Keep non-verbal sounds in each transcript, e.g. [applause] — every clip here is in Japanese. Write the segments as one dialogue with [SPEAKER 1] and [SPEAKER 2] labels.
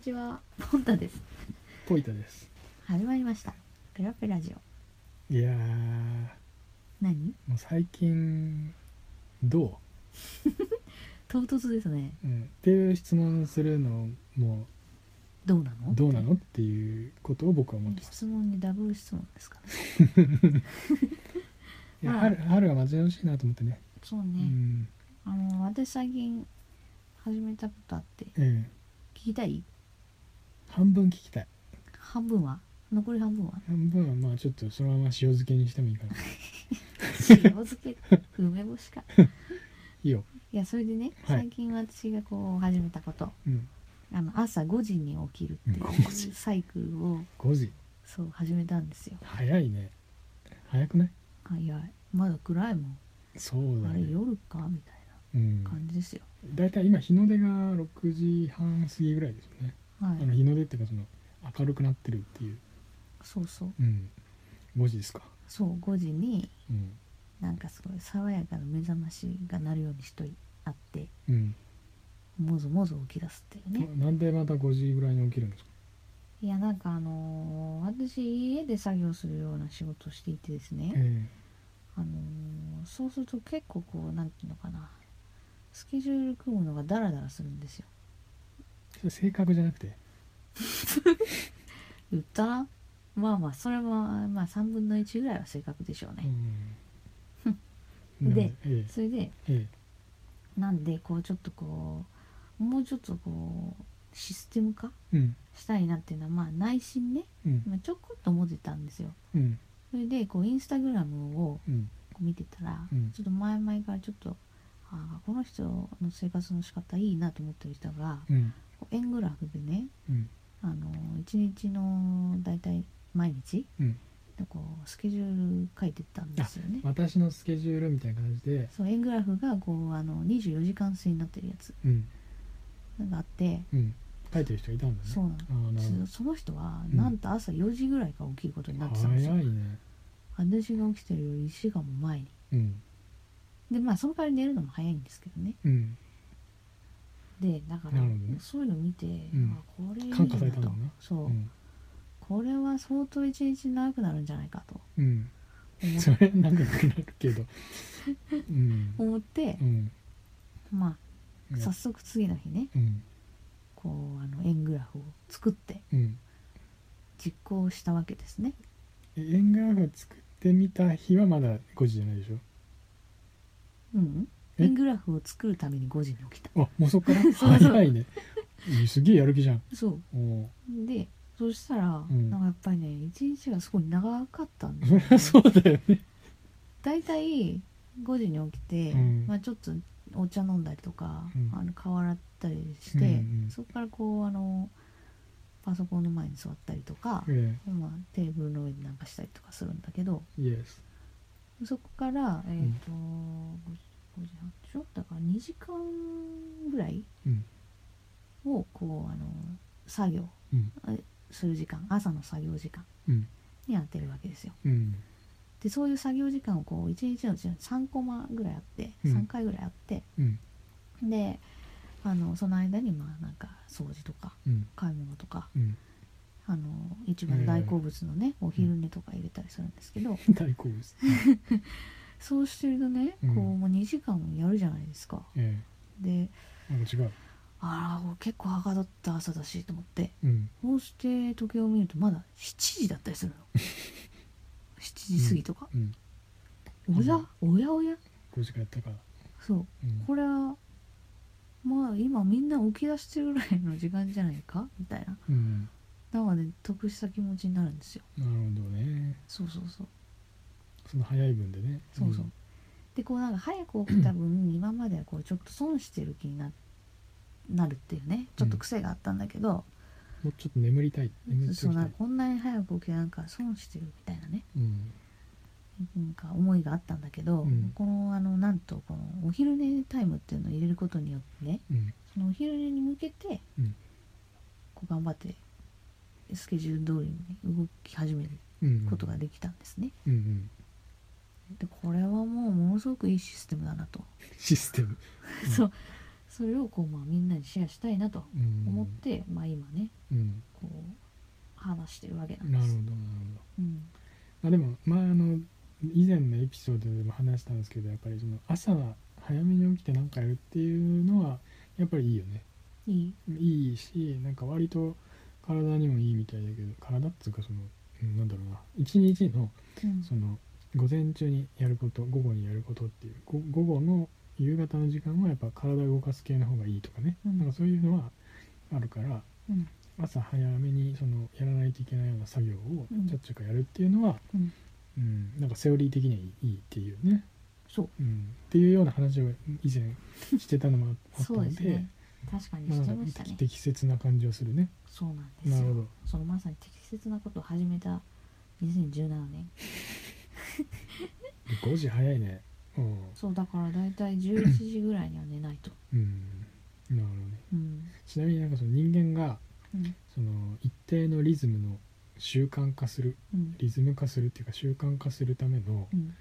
[SPEAKER 1] ちは、ポンタです。
[SPEAKER 2] ポイタです
[SPEAKER 1] 始まりました。ペラペラジオ。
[SPEAKER 2] いやー
[SPEAKER 1] 何
[SPEAKER 2] もう最近ど
[SPEAKER 1] 唐突ですね。
[SPEAKER 2] う、うん、っていう質問するのも
[SPEAKER 1] どうなの
[SPEAKER 2] どうなのっていうことを僕は思ってます
[SPEAKER 1] 質問にダブル質問ですかね。
[SPEAKER 2] いや
[SPEAKER 1] まあ
[SPEAKER 2] 春春は真面目らしいなと思ってね
[SPEAKER 1] そう
[SPEAKER 2] う
[SPEAKER 1] ね。
[SPEAKER 2] ん
[SPEAKER 1] あの、私最近、始めたことあって、
[SPEAKER 2] ええ
[SPEAKER 1] 聞きたい
[SPEAKER 2] 半分聞きたい
[SPEAKER 1] 半分は残り半分は
[SPEAKER 2] 半分はまあちょっとそのまま塩漬けにしてもいいかな
[SPEAKER 1] 塩漬け、梅干しか。
[SPEAKER 2] いいよ
[SPEAKER 1] いや、それでね、
[SPEAKER 2] はい
[SPEAKER 1] 最近私がこう、始めたこと。
[SPEAKER 2] うん
[SPEAKER 1] あの、朝5時に起きるって
[SPEAKER 2] 5
[SPEAKER 1] い
[SPEAKER 2] 時
[SPEAKER 1] うサイクルを、
[SPEAKER 2] 5時
[SPEAKER 1] そう、始めたんですよ。
[SPEAKER 2] 早いね早くない
[SPEAKER 1] 早い。まだ暗いもん。
[SPEAKER 2] そうだ
[SPEAKER 1] あれ
[SPEAKER 2] ね
[SPEAKER 1] 夜かみたい
[SPEAKER 2] うん
[SPEAKER 1] な感じですよ。
[SPEAKER 2] 大体今日の出が6時半過ぎぐらいですよね
[SPEAKER 1] は
[SPEAKER 2] あの
[SPEAKER 1] い。
[SPEAKER 2] 日の出っていうかその明るくなってるっていう、
[SPEAKER 1] そうそう。
[SPEAKER 2] うん、5時ですか、
[SPEAKER 1] そう5時に
[SPEAKER 2] うん
[SPEAKER 1] なんかすごい爽やかな目覚ましが鳴るようにしといあって
[SPEAKER 2] うん
[SPEAKER 1] もぞもぞ起き出すっていうね。
[SPEAKER 2] ななんでまた5時ぐらいに起きるんですか
[SPEAKER 1] いやなんかあのー私家で作業するような仕事をしていてです
[SPEAKER 2] え
[SPEAKER 1] ね。
[SPEAKER 2] え
[SPEAKER 1] あのーそうすると結構こうなんていうのかな。スケジュール組むのがダラダラするんですよ。
[SPEAKER 2] それ性格じゃなくて
[SPEAKER 1] 言ったなまあまあそれはまあ3分の1ぐらいは正確でしょう
[SPEAKER 2] う
[SPEAKER 1] ね。
[SPEAKER 2] ん
[SPEAKER 1] ん
[SPEAKER 2] なるほど
[SPEAKER 1] で
[SPEAKER 2] え
[SPEAKER 1] それで
[SPEAKER 2] ええ
[SPEAKER 1] なんでこうちょっとこうもうちょっとこうシステム化
[SPEAKER 2] えうん
[SPEAKER 1] したいなっていうのはまあ内心ね、
[SPEAKER 2] うん
[SPEAKER 1] まあ、ちょこっと思ってたんですよ
[SPEAKER 2] うん
[SPEAKER 1] それでこうインスタグラムを
[SPEAKER 2] うん
[SPEAKER 1] こう見てたら、
[SPEAKER 2] うん
[SPEAKER 1] ちょっと前々からちょっとあーこの人の生活の仕方いいなと思ってる人が
[SPEAKER 2] うん
[SPEAKER 1] こう円グラフでね
[SPEAKER 2] うん
[SPEAKER 1] あの1日の大体毎日
[SPEAKER 2] うん
[SPEAKER 1] こうスケジュール書いてたんですよね。
[SPEAKER 2] 私のスケジュールみたいな感じで
[SPEAKER 1] そう円グラフがこうあの24時間制になってるやつ
[SPEAKER 2] うん
[SPEAKER 1] があって
[SPEAKER 2] うん書いてる人がいたんだね
[SPEAKER 1] そうなの
[SPEAKER 2] ああなるほど
[SPEAKER 1] そその人は
[SPEAKER 2] うん
[SPEAKER 1] なんと朝4時ぐらいから起きることになってたんですよ、
[SPEAKER 2] 早いね
[SPEAKER 1] 私が起きてるより1時間も前に
[SPEAKER 2] うん
[SPEAKER 1] でまあその代わり寝るのも早いんですけどね
[SPEAKER 2] うん
[SPEAKER 1] でだから
[SPEAKER 2] なるほどね
[SPEAKER 1] そういうの見て、
[SPEAKER 2] ん
[SPEAKER 1] あこれいいな
[SPEAKER 2] 感化されたんだ
[SPEAKER 1] と
[SPEAKER 2] ね
[SPEAKER 1] そう、
[SPEAKER 2] うん
[SPEAKER 1] これは相当一日長くなるんじゃないかと
[SPEAKER 2] うん
[SPEAKER 1] 思
[SPEAKER 2] それなんかくなるけどうん
[SPEAKER 1] 思って
[SPEAKER 2] う、ん
[SPEAKER 1] ま
[SPEAKER 2] うん
[SPEAKER 1] あ早速次の日ね
[SPEAKER 2] うん
[SPEAKER 1] こうあの円グラフを作って
[SPEAKER 2] うん
[SPEAKER 1] 実行したわけですね
[SPEAKER 2] え縁側が作ってみた日はまだ5時じゃないでしょ
[SPEAKER 1] うん
[SPEAKER 2] え
[SPEAKER 1] 円グラフを作るために5時に起きた
[SPEAKER 2] あもうそっから
[SPEAKER 1] [laughs] そうそう
[SPEAKER 2] 早いねうんすげえやる気じゃん
[SPEAKER 1] そう
[SPEAKER 2] おー
[SPEAKER 1] でそしたら、
[SPEAKER 2] うん
[SPEAKER 1] なんかやっぱりね一日がすごい長かったんで
[SPEAKER 2] そり [laughs]
[SPEAKER 1] [laughs]
[SPEAKER 2] ゃ
[SPEAKER 1] す
[SPEAKER 2] そ
[SPEAKER 1] よ、ね、
[SPEAKER 2] うだよね
[SPEAKER 1] だいたい5時に起きて、
[SPEAKER 2] うん
[SPEAKER 1] まあ、ちょっとお茶飲んだりとか、
[SPEAKER 2] うん
[SPEAKER 1] あの顔洗ったりして、
[SPEAKER 2] うんうん
[SPEAKER 1] そこからこうあのパソコンの前に座ったりとか、
[SPEAKER 2] え
[SPEAKER 1] まあ、テーブルの上でなんかしたりとかするんだけど
[SPEAKER 2] えイエス
[SPEAKER 1] そこからえっ、と、5時半でしょだから2時間ぐらい
[SPEAKER 2] うん
[SPEAKER 1] をこうあの作業
[SPEAKER 2] うん
[SPEAKER 1] する時間朝の作業時間
[SPEAKER 2] うん
[SPEAKER 1] に当てるわけですよ
[SPEAKER 2] うん
[SPEAKER 1] でそういう作業時間をこう一日のうちに3コマぐらいあって、
[SPEAKER 2] うん
[SPEAKER 1] 3回ぐらいあって
[SPEAKER 2] うん
[SPEAKER 1] であのその間にまあなんか掃除とか
[SPEAKER 2] うん
[SPEAKER 1] 買い物とか
[SPEAKER 2] うん
[SPEAKER 1] あの一番大好物のね、お昼寝とか入れたりするんですけど、
[SPEAKER 2] 大好物
[SPEAKER 1] そうしてるとねこう
[SPEAKER 2] うん
[SPEAKER 1] もう2時間もやるじゃないですか。
[SPEAKER 2] え
[SPEAKER 1] で
[SPEAKER 2] えなんか違う
[SPEAKER 1] あら結構はかどった朝だしと思って
[SPEAKER 2] うん
[SPEAKER 1] こうして時計を見るとまだ7時だったりするの
[SPEAKER 2] [laughs]
[SPEAKER 1] 7時過ぎとか、
[SPEAKER 2] うんん
[SPEAKER 1] おやおやおや
[SPEAKER 2] 5時からやったから
[SPEAKER 1] そう
[SPEAKER 2] うん
[SPEAKER 1] これはまあ今みんな起き出してるぐらいの時間じゃないかみたいな
[SPEAKER 2] うん
[SPEAKER 1] なんかね得した気持ちになるんですよ
[SPEAKER 2] なるほどね
[SPEAKER 1] そうそうそう
[SPEAKER 2] その早い分でね
[SPEAKER 1] そうそう、でこうなんか早く起き
[SPEAKER 2] [clears throat]
[SPEAKER 1] た分今まではこうちょっと損してる気にななるっていうねちょっと癖があったんだけど、
[SPEAKER 2] もうちょっと眠りたい眠っておきたい
[SPEAKER 1] そうなんかこんなに早く起きてなんか損してるみたいなね
[SPEAKER 2] うん
[SPEAKER 1] なんか思いがあったんだけど、
[SPEAKER 2] うん
[SPEAKER 1] このあのなんとこのお昼寝タイムっていうのを入れることによってね
[SPEAKER 2] うん
[SPEAKER 1] そのお昼寝に向けて、
[SPEAKER 2] うん
[SPEAKER 1] こう頑張ってスケジュール通りに動き始める
[SPEAKER 2] うん
[SPEAKER 1] ことができたんですね。
[SPEAKER 2] うんうん
[SPEAKER 1] でこれはもうものすごくいいシステムだなと、
[SPEAKER 2] システムうん
[SPEAKER 1] そうそれをこう、まあ、みんなにシェアしたいなと
[SPEAKER 2] うん
[SPEAKER 1] 思って、まあ、今ね
[SPEAKER 2] うん
[SPEAKER 1] こう話してるわけなん
[SPEAKER 2] な
[SPEAKER 1] で
[SPEAKER 2] るほ
[SPEAKER 1] す
[SPEAKER 2] ど。なるほど
[SPEAKER 1] うん
[SPEAKER 2] まあでも前あの以前のエピソードでも話したんですけどやっぱりその朝は早めに起きて何かやるっていうのはやっぱりいいよね
[SPEAKER 1] いい
[SPEAKER 2] いいしなんか割と体にもいいみたいだけど体っつうかその、うん、なんだろうな一日の
[SPEAKER 1] うん
[SPEAKER 2] その午前中にやること午後にやることっていうご午後の夕方の時間はやっぱ体を動かす系の方がいいとかね、
[SPEAKER 1] うん
[SPEAKER 2] なんかそういうのはあるから
[SPEAKER 1] うん
[SPEAKER 2] 朝早めにそのやらないといけないような作業を
[SPEAKER 1] うん
[SPEAKER 2] ちゃっちゃかやるっていうのは、
[SPEAKER 1] うん
[SPEAKER 2] うんなんかセオリー的にはいいいいっていうね、
[SPEAKER 1] そう
[SPEAKER 2] うん、っていうような話を以前してたのもああった
[SPEAKER 1] そう
[SPEAKER 2] の
[SPEAKER 1] で
[SPEAKER 2] です
[SPEAKER 1] ね確かに
[SPEAKER 2] まあ
[SPEAKER 1] し
[SPEAKER 2] な
[SPEAKER 1] て
[SPEAKER 2] ん
[SPEAKER 1] ま
[SPEAKER 2] か
[SPEAKER 1] した
[SPEAKER 2] 適
[SPEAKER 1] ね
[SPEAKER 2] 適切な感じはするね。
[SPEAKER 1] そうなんで
[SPEAKER 2] な
[SPEAKER 1] す
[SPEAKER 2] るほ
[SPEAKER 1] よ
[SPEAKER 2] ど
[SPEAKER 1] そのまさに適切なことを始めた2017年
[SPEAKER 2] 5時早いね。うん、
[SPEAKER 1] そうだから大
[SPEAKER 2] [clears throat]
[SPEAKER 1] 体11時ぐらいには寝ないと
[SPEAKER 2] うん、なるほどね。
[SPEAKER 1] うん
[SPEAKER 2] ちなみになんかその人間が
[SPEAKER 1] うん
[SPEAKER 2] その一定のリズムの習慣化する
[SPEAKER 1] うん
[SPEAKER 2] リズム化するっていうか習慣化するための
[SPEAKER 1] うん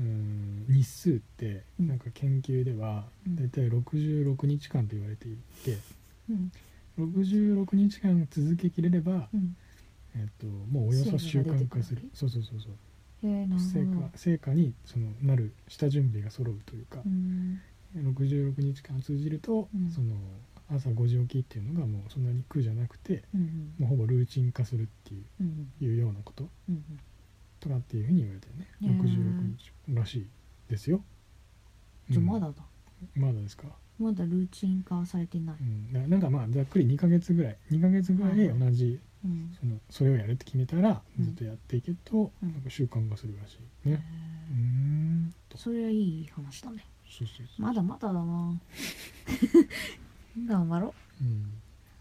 [SPEAKER 2] うーん日数って
[SPEAKER 1] うん
[SPEAKER 2] なんか研究では
[SPEAKER 1] うん
[SPEAKER 2] 大体66日間と言われていて
[SPEAKER 1] うん
[SPEAKER 2] 66日間続けきれれば、
[SPEAKER 1] うん
[SPEAKER 2] えっともうおよそ習慣化するそうそうそうそう
[SPEAKER 1] へえな
[SPEAKER 2] 成
[SPEAKER 1] るほど
[SPEAKER 2] 果成果にそのなる下準備が揃うというか
[SPEAKER 1] う、ん
[SPEAKER 2] 66日間通じると、
[SPEAKER 1] うん
[SPEAKER 2] その朝5時起きっていうのがもうそんなに苦じゃなくて
[SPEAKER 1] うんうん
[SPEAKER 2] もうほぼルーチン化するっていう
[SPEAKER 1] うん
[SPEAKER 2] いうようなこと
[SPEAKER 1] うんうん
[SPEAKER 2] とかっていうふうに言われてね
[SPEAKER 1] へー
[SPEAKER 2] 66日らしいですよ。
[SPEAKER 1] じゃあ
[SPEAKER 2] うん
[SPEAKER 1] まだだ
[SPEAKER 2] まだですか、
[SPEAKER 1] まだルーチン化はされてない
[SPEAKER 2] うん、ななんかまあざっくり2ヶ月ぐらい2ヶ月ぐらい
[SPEAKER 1] はい
[SPEAKER 2] 同じ
[SPEAKER 1] うん
[SPEAKER 2] そのそれをやるって決めたら
[SPEAKER 1] うん
[SPEAKER 2] ずっとやっていけると、
[SPEAKER 1] うん
[SPEAKER 2] なんか習慣化するらしい
[SPEAKER 1] へ
[SPEAKER 2] ね。うー
[SPEAKER 1] え
[SPEAKER 2] んと
[SPEAKER 1] それはいい話だね
[SPEAKER 2] そうそうそう。
[SPEAKER 1] まだまだだ
[SPEAKER 2] [laughs]
[SPEAKER 1] な頑張ろう
[SPEAKER 2] うん、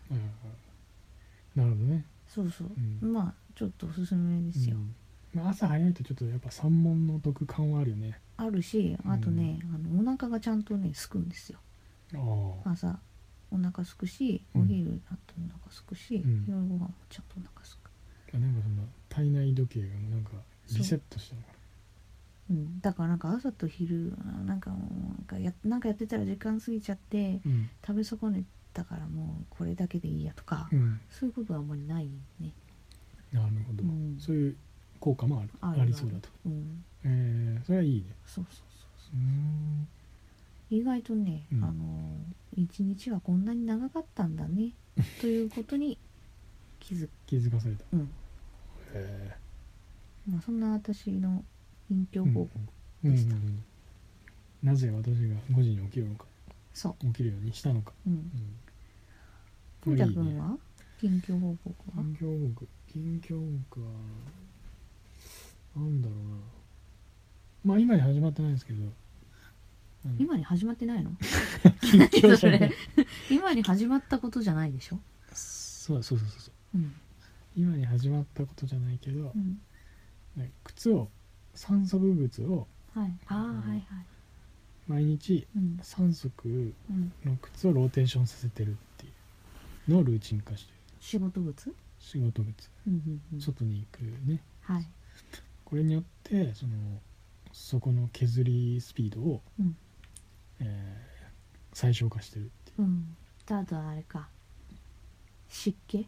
[SPEAKER 2] あーなるほどね。
[SPEAKER 1] そうそう
[SPEAKER 2] うん
[SPEAKER 1] まあちょっとおすすめですよ、
[SPEAKER 2] うんまあ、朝早いとちょっとやっぱ三問の得感はあるよね。
[SPEAKER 1] あるしあとね、あのお腹がちゃんとねすくんですよ
[SPEAKER 2] ああ。
[SPEAKER 1] 朝お腹すくし
[SPEAKER 2] うん
[SPEAKER 1] お昼になってお腹すくし、
[SPEAKER 2] うん
[SPEAKER 1] 夜ご飯もちゃんとお腹すく
[SPEAKER 2] なんかその体内時計がなんかリセットしたのか
[SPEAKER 1] うん、だからなんか朝と昼あなんかもうなんかやなんかやってたら時間過ぎちゃって
[SPEAKER 2] な。うん。
[SPEAKER 1] 食べ損ねたからもうこれだけでいいやとか、
[SPEAKER 2] うん。
[SPEAKER 1] そういうことはあんまりないね、
[SPEAKER 2] なるほど、
[SPEAKER 1] うん
[SPEAKER 2] そういう効果もある
[SPEAKER 1] あ
[SPEAKER 2] あ
[SPEAKER 1] る
[SPEAKER 2] りそうだと、
[SPEAKER 1] うん、
[SPEAKER 2] えー、それはいいね
[SPEAKER 1] そうそうそうそう
[SPEAKER 2] うん
[SPEAKER 1] 意外とね、
[SPEAKER 2] うん
[SPEAKER 1] あの一日はこんなに長かったんだね
[SPEAKER 2] [laughs]
[SPEAKER 1] ということに気づく、
[SPEAKER 2] 気づかされた
[SPEAKER 1] うん
[SPEAKER 2] へ
[SPEAKER 1] まあ、そんな私の近況
[SPEAKER 2] え
[SPEAKER 1] 報告、
[SPEAKER 2] うんう
[SPEAKER 1] で
[SPEAKER 2] ん
[SPEAKER 1] した
[SPEAKER 2] なぜ私が5時に起きるのか
[SPEAKER 1] そう、
[SPEAKER 2] 起きるようにしたのか
[SPEAKER 1] うん
[SPEAKER 2] う、ん
[SPEAKER 1] くんちゃく
[SPEAKER 2] いい
[SPEAKER 1] ん
[SPEAKER 2] ね
[SPEAKER 1] は近況報告は、
[SPEAKER 2] 近況報告近況報告はなんだろうなまあ今に始まってないですけどうん
[SPEAKER 1] 今に始まってないの
[SPEAKER 2] 近況
[SPEAKER 1] そ
[SPEAKER 2] 報
[SPEAKER 1] れ [laughs]
[SPEAKER 2] 告
[SPEAKER 1] 今に始まったことじゃないでしょ
[SPEAKER 2] そうそうそうそう
[SPEAKER 1] うん
[SPEAKER 2] 今に始まったことじゃないけど
[SPEAKER 1] う、ん
[SPEAKER 2] ね靴を酸素部物を
[SPEAKER 1] はいああ、
[SPEAKER 2] うん
[SPEAKER 1] はいはい
[SPEAKER 2] 毎日
[SPEAKER 1] うん
[SPEAKER 2] 3足
[SPEAKER 1] うん
[SPEAKER 2] の靴をローテーションさせてるっていうのをルーチン化してる
[SPEAKER 1] 仕事物
[SPEAKER 2] 仕事靴
[SPEAKER 1] うんうんうん
[SPEAKER 2] 外に行くね
[SPEAKER 1] はい
[SPEAKER 2] これによってそのそこの削りスピードを、
[SPEAKER 1] うん
[SPEAKER 2] えー最小化してるっていう
[SPEAKER 1] うんあとはあれか湿気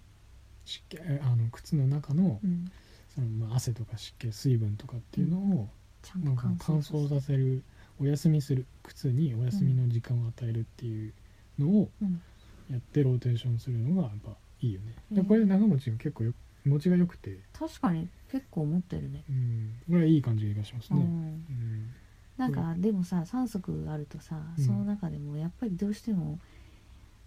[SPEAKER 2] 湿気えあの靴の中の
[SPEAKER 1] うん
[SPEAKER 2] その、まあ、汗とか湿気水分とかっていうのを、
[SPEAKER 1] ちゃん
[SPEAKER 2] な
[SPEAKER 1] と
[SPEAKER 2] んか
[SPEAKER 1] 乾
[SPEAKER 2] 乾
[SPEAKER 1] 燥させ
[SPEAKER 2] 燥させるお休みする靴にお休みの時間を与えるっていうのを
[SPEAKER 1] うん
[SPEAKER 2] やってローテーションするのがやっぱいいよね、
[SPEAKER 1] う
[SPEAKER 2] で
[SPEAKER 1] ん
[SPEAKER 2] これで長持ちが結構よ持ちが良くて
[SPEAKER 1] 確かに結構持ってるね
[SPEAKER 2] うんこれはいい感じがします
[SPEAKER 1] う
[SPEAKER 2] ね、
[SPEAKER 1] ん
[SPEAKER 2] うん
[SPEAKER 1] なんか、でもさ3足あるとさ、
[SPEAKER 2] うん
[SPEAKER 1] その中でもやっぱりどうしても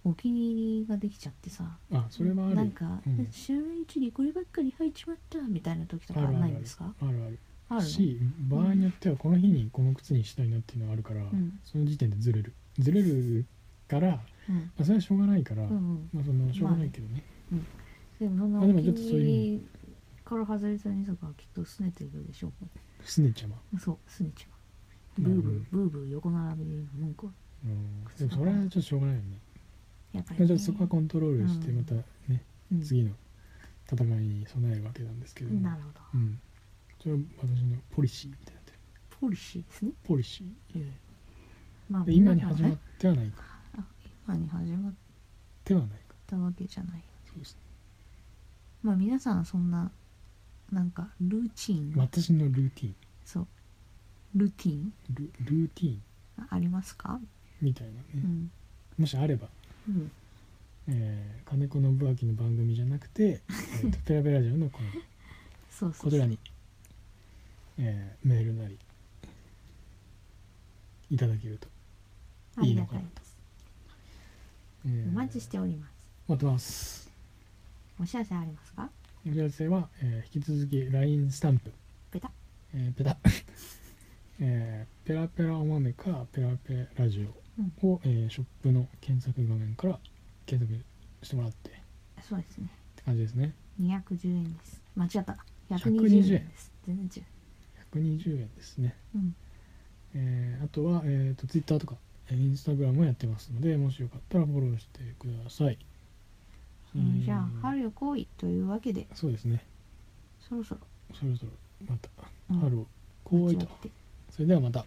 [SPEAKER 1] お気に入りができちゃってさ
[SPEAKER 2] あそれはある
[SPEAKER 1] なんか、
[SPEAKER 2] うん
[SPEAKER 1] 知らない位置にこればっかり入っちまったみたいな時とか
[SPEAKER 2] あるある
[SPEAKER 1] ないんですか
[SPEAKER 2] あるある
[SPEAKER 1] あるの
[SPEAKER 2] し場合によってはこの日にこの靴にしたいなっていうのはあるから、
[SPEAKER 1] ん
[SPEAKER 2] その時点でずれるずれるから、ま
[SPEAKER 1] うん
[SPEAKER 2] あ、それはしょうがないから、
[SPEAKER 1] うんうん
[SPEAKER 2] まあそのしょうがないけどね、
[SPEAKER 1] でもそんなお
[SPEAKER 2] あ
[SPEAKER 1] 気
[SPEAKER 2] でもちょっと
[SPEAKER 1] に
[SPEAKER 2] そういう
[SPEAKER 1] 入りから外れた2足はきっと拗ねてるでしょ
[SPEAKER 2] すねちゃま、
[SPEAKER 1] うそう拗ねちゃう
[SPEAKER 2] な
[SPEAKER 1] ブ
[SPEAKER 2] る
[SPEAKER 1] ー
[SPEAKER 2] ほど
[SPEAKER 1] ブーブーブー横並びで文句を
[SPEAKER 2] うん、でもそれはちょっとしょうがないよね
[SPEAKER 1] やっぱり、
[SPEAKER 2] まあ
[SPEAKER 1] ね、
[SPEAKER 2] じゃあそこはコントロールして
[SPEAKER 1] うん
[SPEAKER 2] またね、
[SPEAKER 1] うん
[SPEAKER 2] 次の戦いに備えるわけなんですけども
[SPEAKER 1] なるほど
[SPEAKER 2] うん、それは私のポリシーみたいになってる
[SPEAKER 1] ポリシーですね、
[SPEAKER 2] ポリシー
[SPEAKER 1] まあ
[SPEAKER 2] で今に始まってはないか
[SPEAKER 1] あ朝に始まっ
[SPEAKER 2] ではないか
[SPEAKER 1] たわけじゃない
[SPEAKER 2] そうですね
[SPEAKER 1] まあ皆さんそんななんかルーチン、
[SPEAKER 2] 私のルーティン
[SPEAKER 1] そうルーティン
[SPEAKER 2] ルルーティン
[SPEAKER 1] ありますか、
[SPEAKER 2] みたいなね、
[SPEAKER 1] うん
[SPEAKER 2] もしあれば、
[SPEAKER 1] うん、
[SPEAKER 2] えー金子信明の番組じゃなく
[SPEAKER 1] [laughs]
[SPEAKER 2] て「えーとペラペラジオ」のこの
[SPEAKER 1] そうそ
[SPEAKER 2] こ
[SPEAKER 1] う
[SPEAKER 2] ち
[SPEAKER 1] そ
[SPEAKER 2] ら
[SPEAKER 1] う
[SPEAKER 2] に、えーメールなりいただけると、
[SPEAKER 1] ありがたいです
[SPEAKER 2] えー
[SPEAKER 1] お待ちしております
[SPEAKER 2] 待ってます
[SPEAKER 1] お知らせありますか
[SPEAKER 2] お知らせは、えー引き続き LINE スタンプ
[SPEAKER 1] ペタ
[SPEAKER 2] えーペタ [laughs] えーペラペラお豆かペラペララジオを、えーショップの検索画面から検索してもらってって
[SPEAKER 1] そうですね
[SPEAKER 2] 感じですね
[SPEAKER 1] 210円です間違った120
[SPEAKER 2] 120
[SPEAKER 1] 円
[SPEAKER 2] 円
[SPEAKER 1] です全然違
[SPEAKER 2] 120円ですね、
[SPEAKER 1] ううん
[SPEAKER 2] えーあとは、えー、と Twitter とか、えー、Instagram もやってますのでもしよかったらフォローしてください、
[SPEAKER 1] うんじゃ
[SPEAKER 2] うん
[SPEAKER 1] あ春よ来いというわけで
[SPEAKER 2] そうですね
[SPEAKER 1] そろそろ
[SPEAKER 2] そろそろまた
[SPEAKER 1] うん
[SPEAKER 2] 春をこうい
[SPEAKER 1] 間
[SPEAKER 2] と
[SPEAKER 1] 違って
[SPEAKER 2] それではまた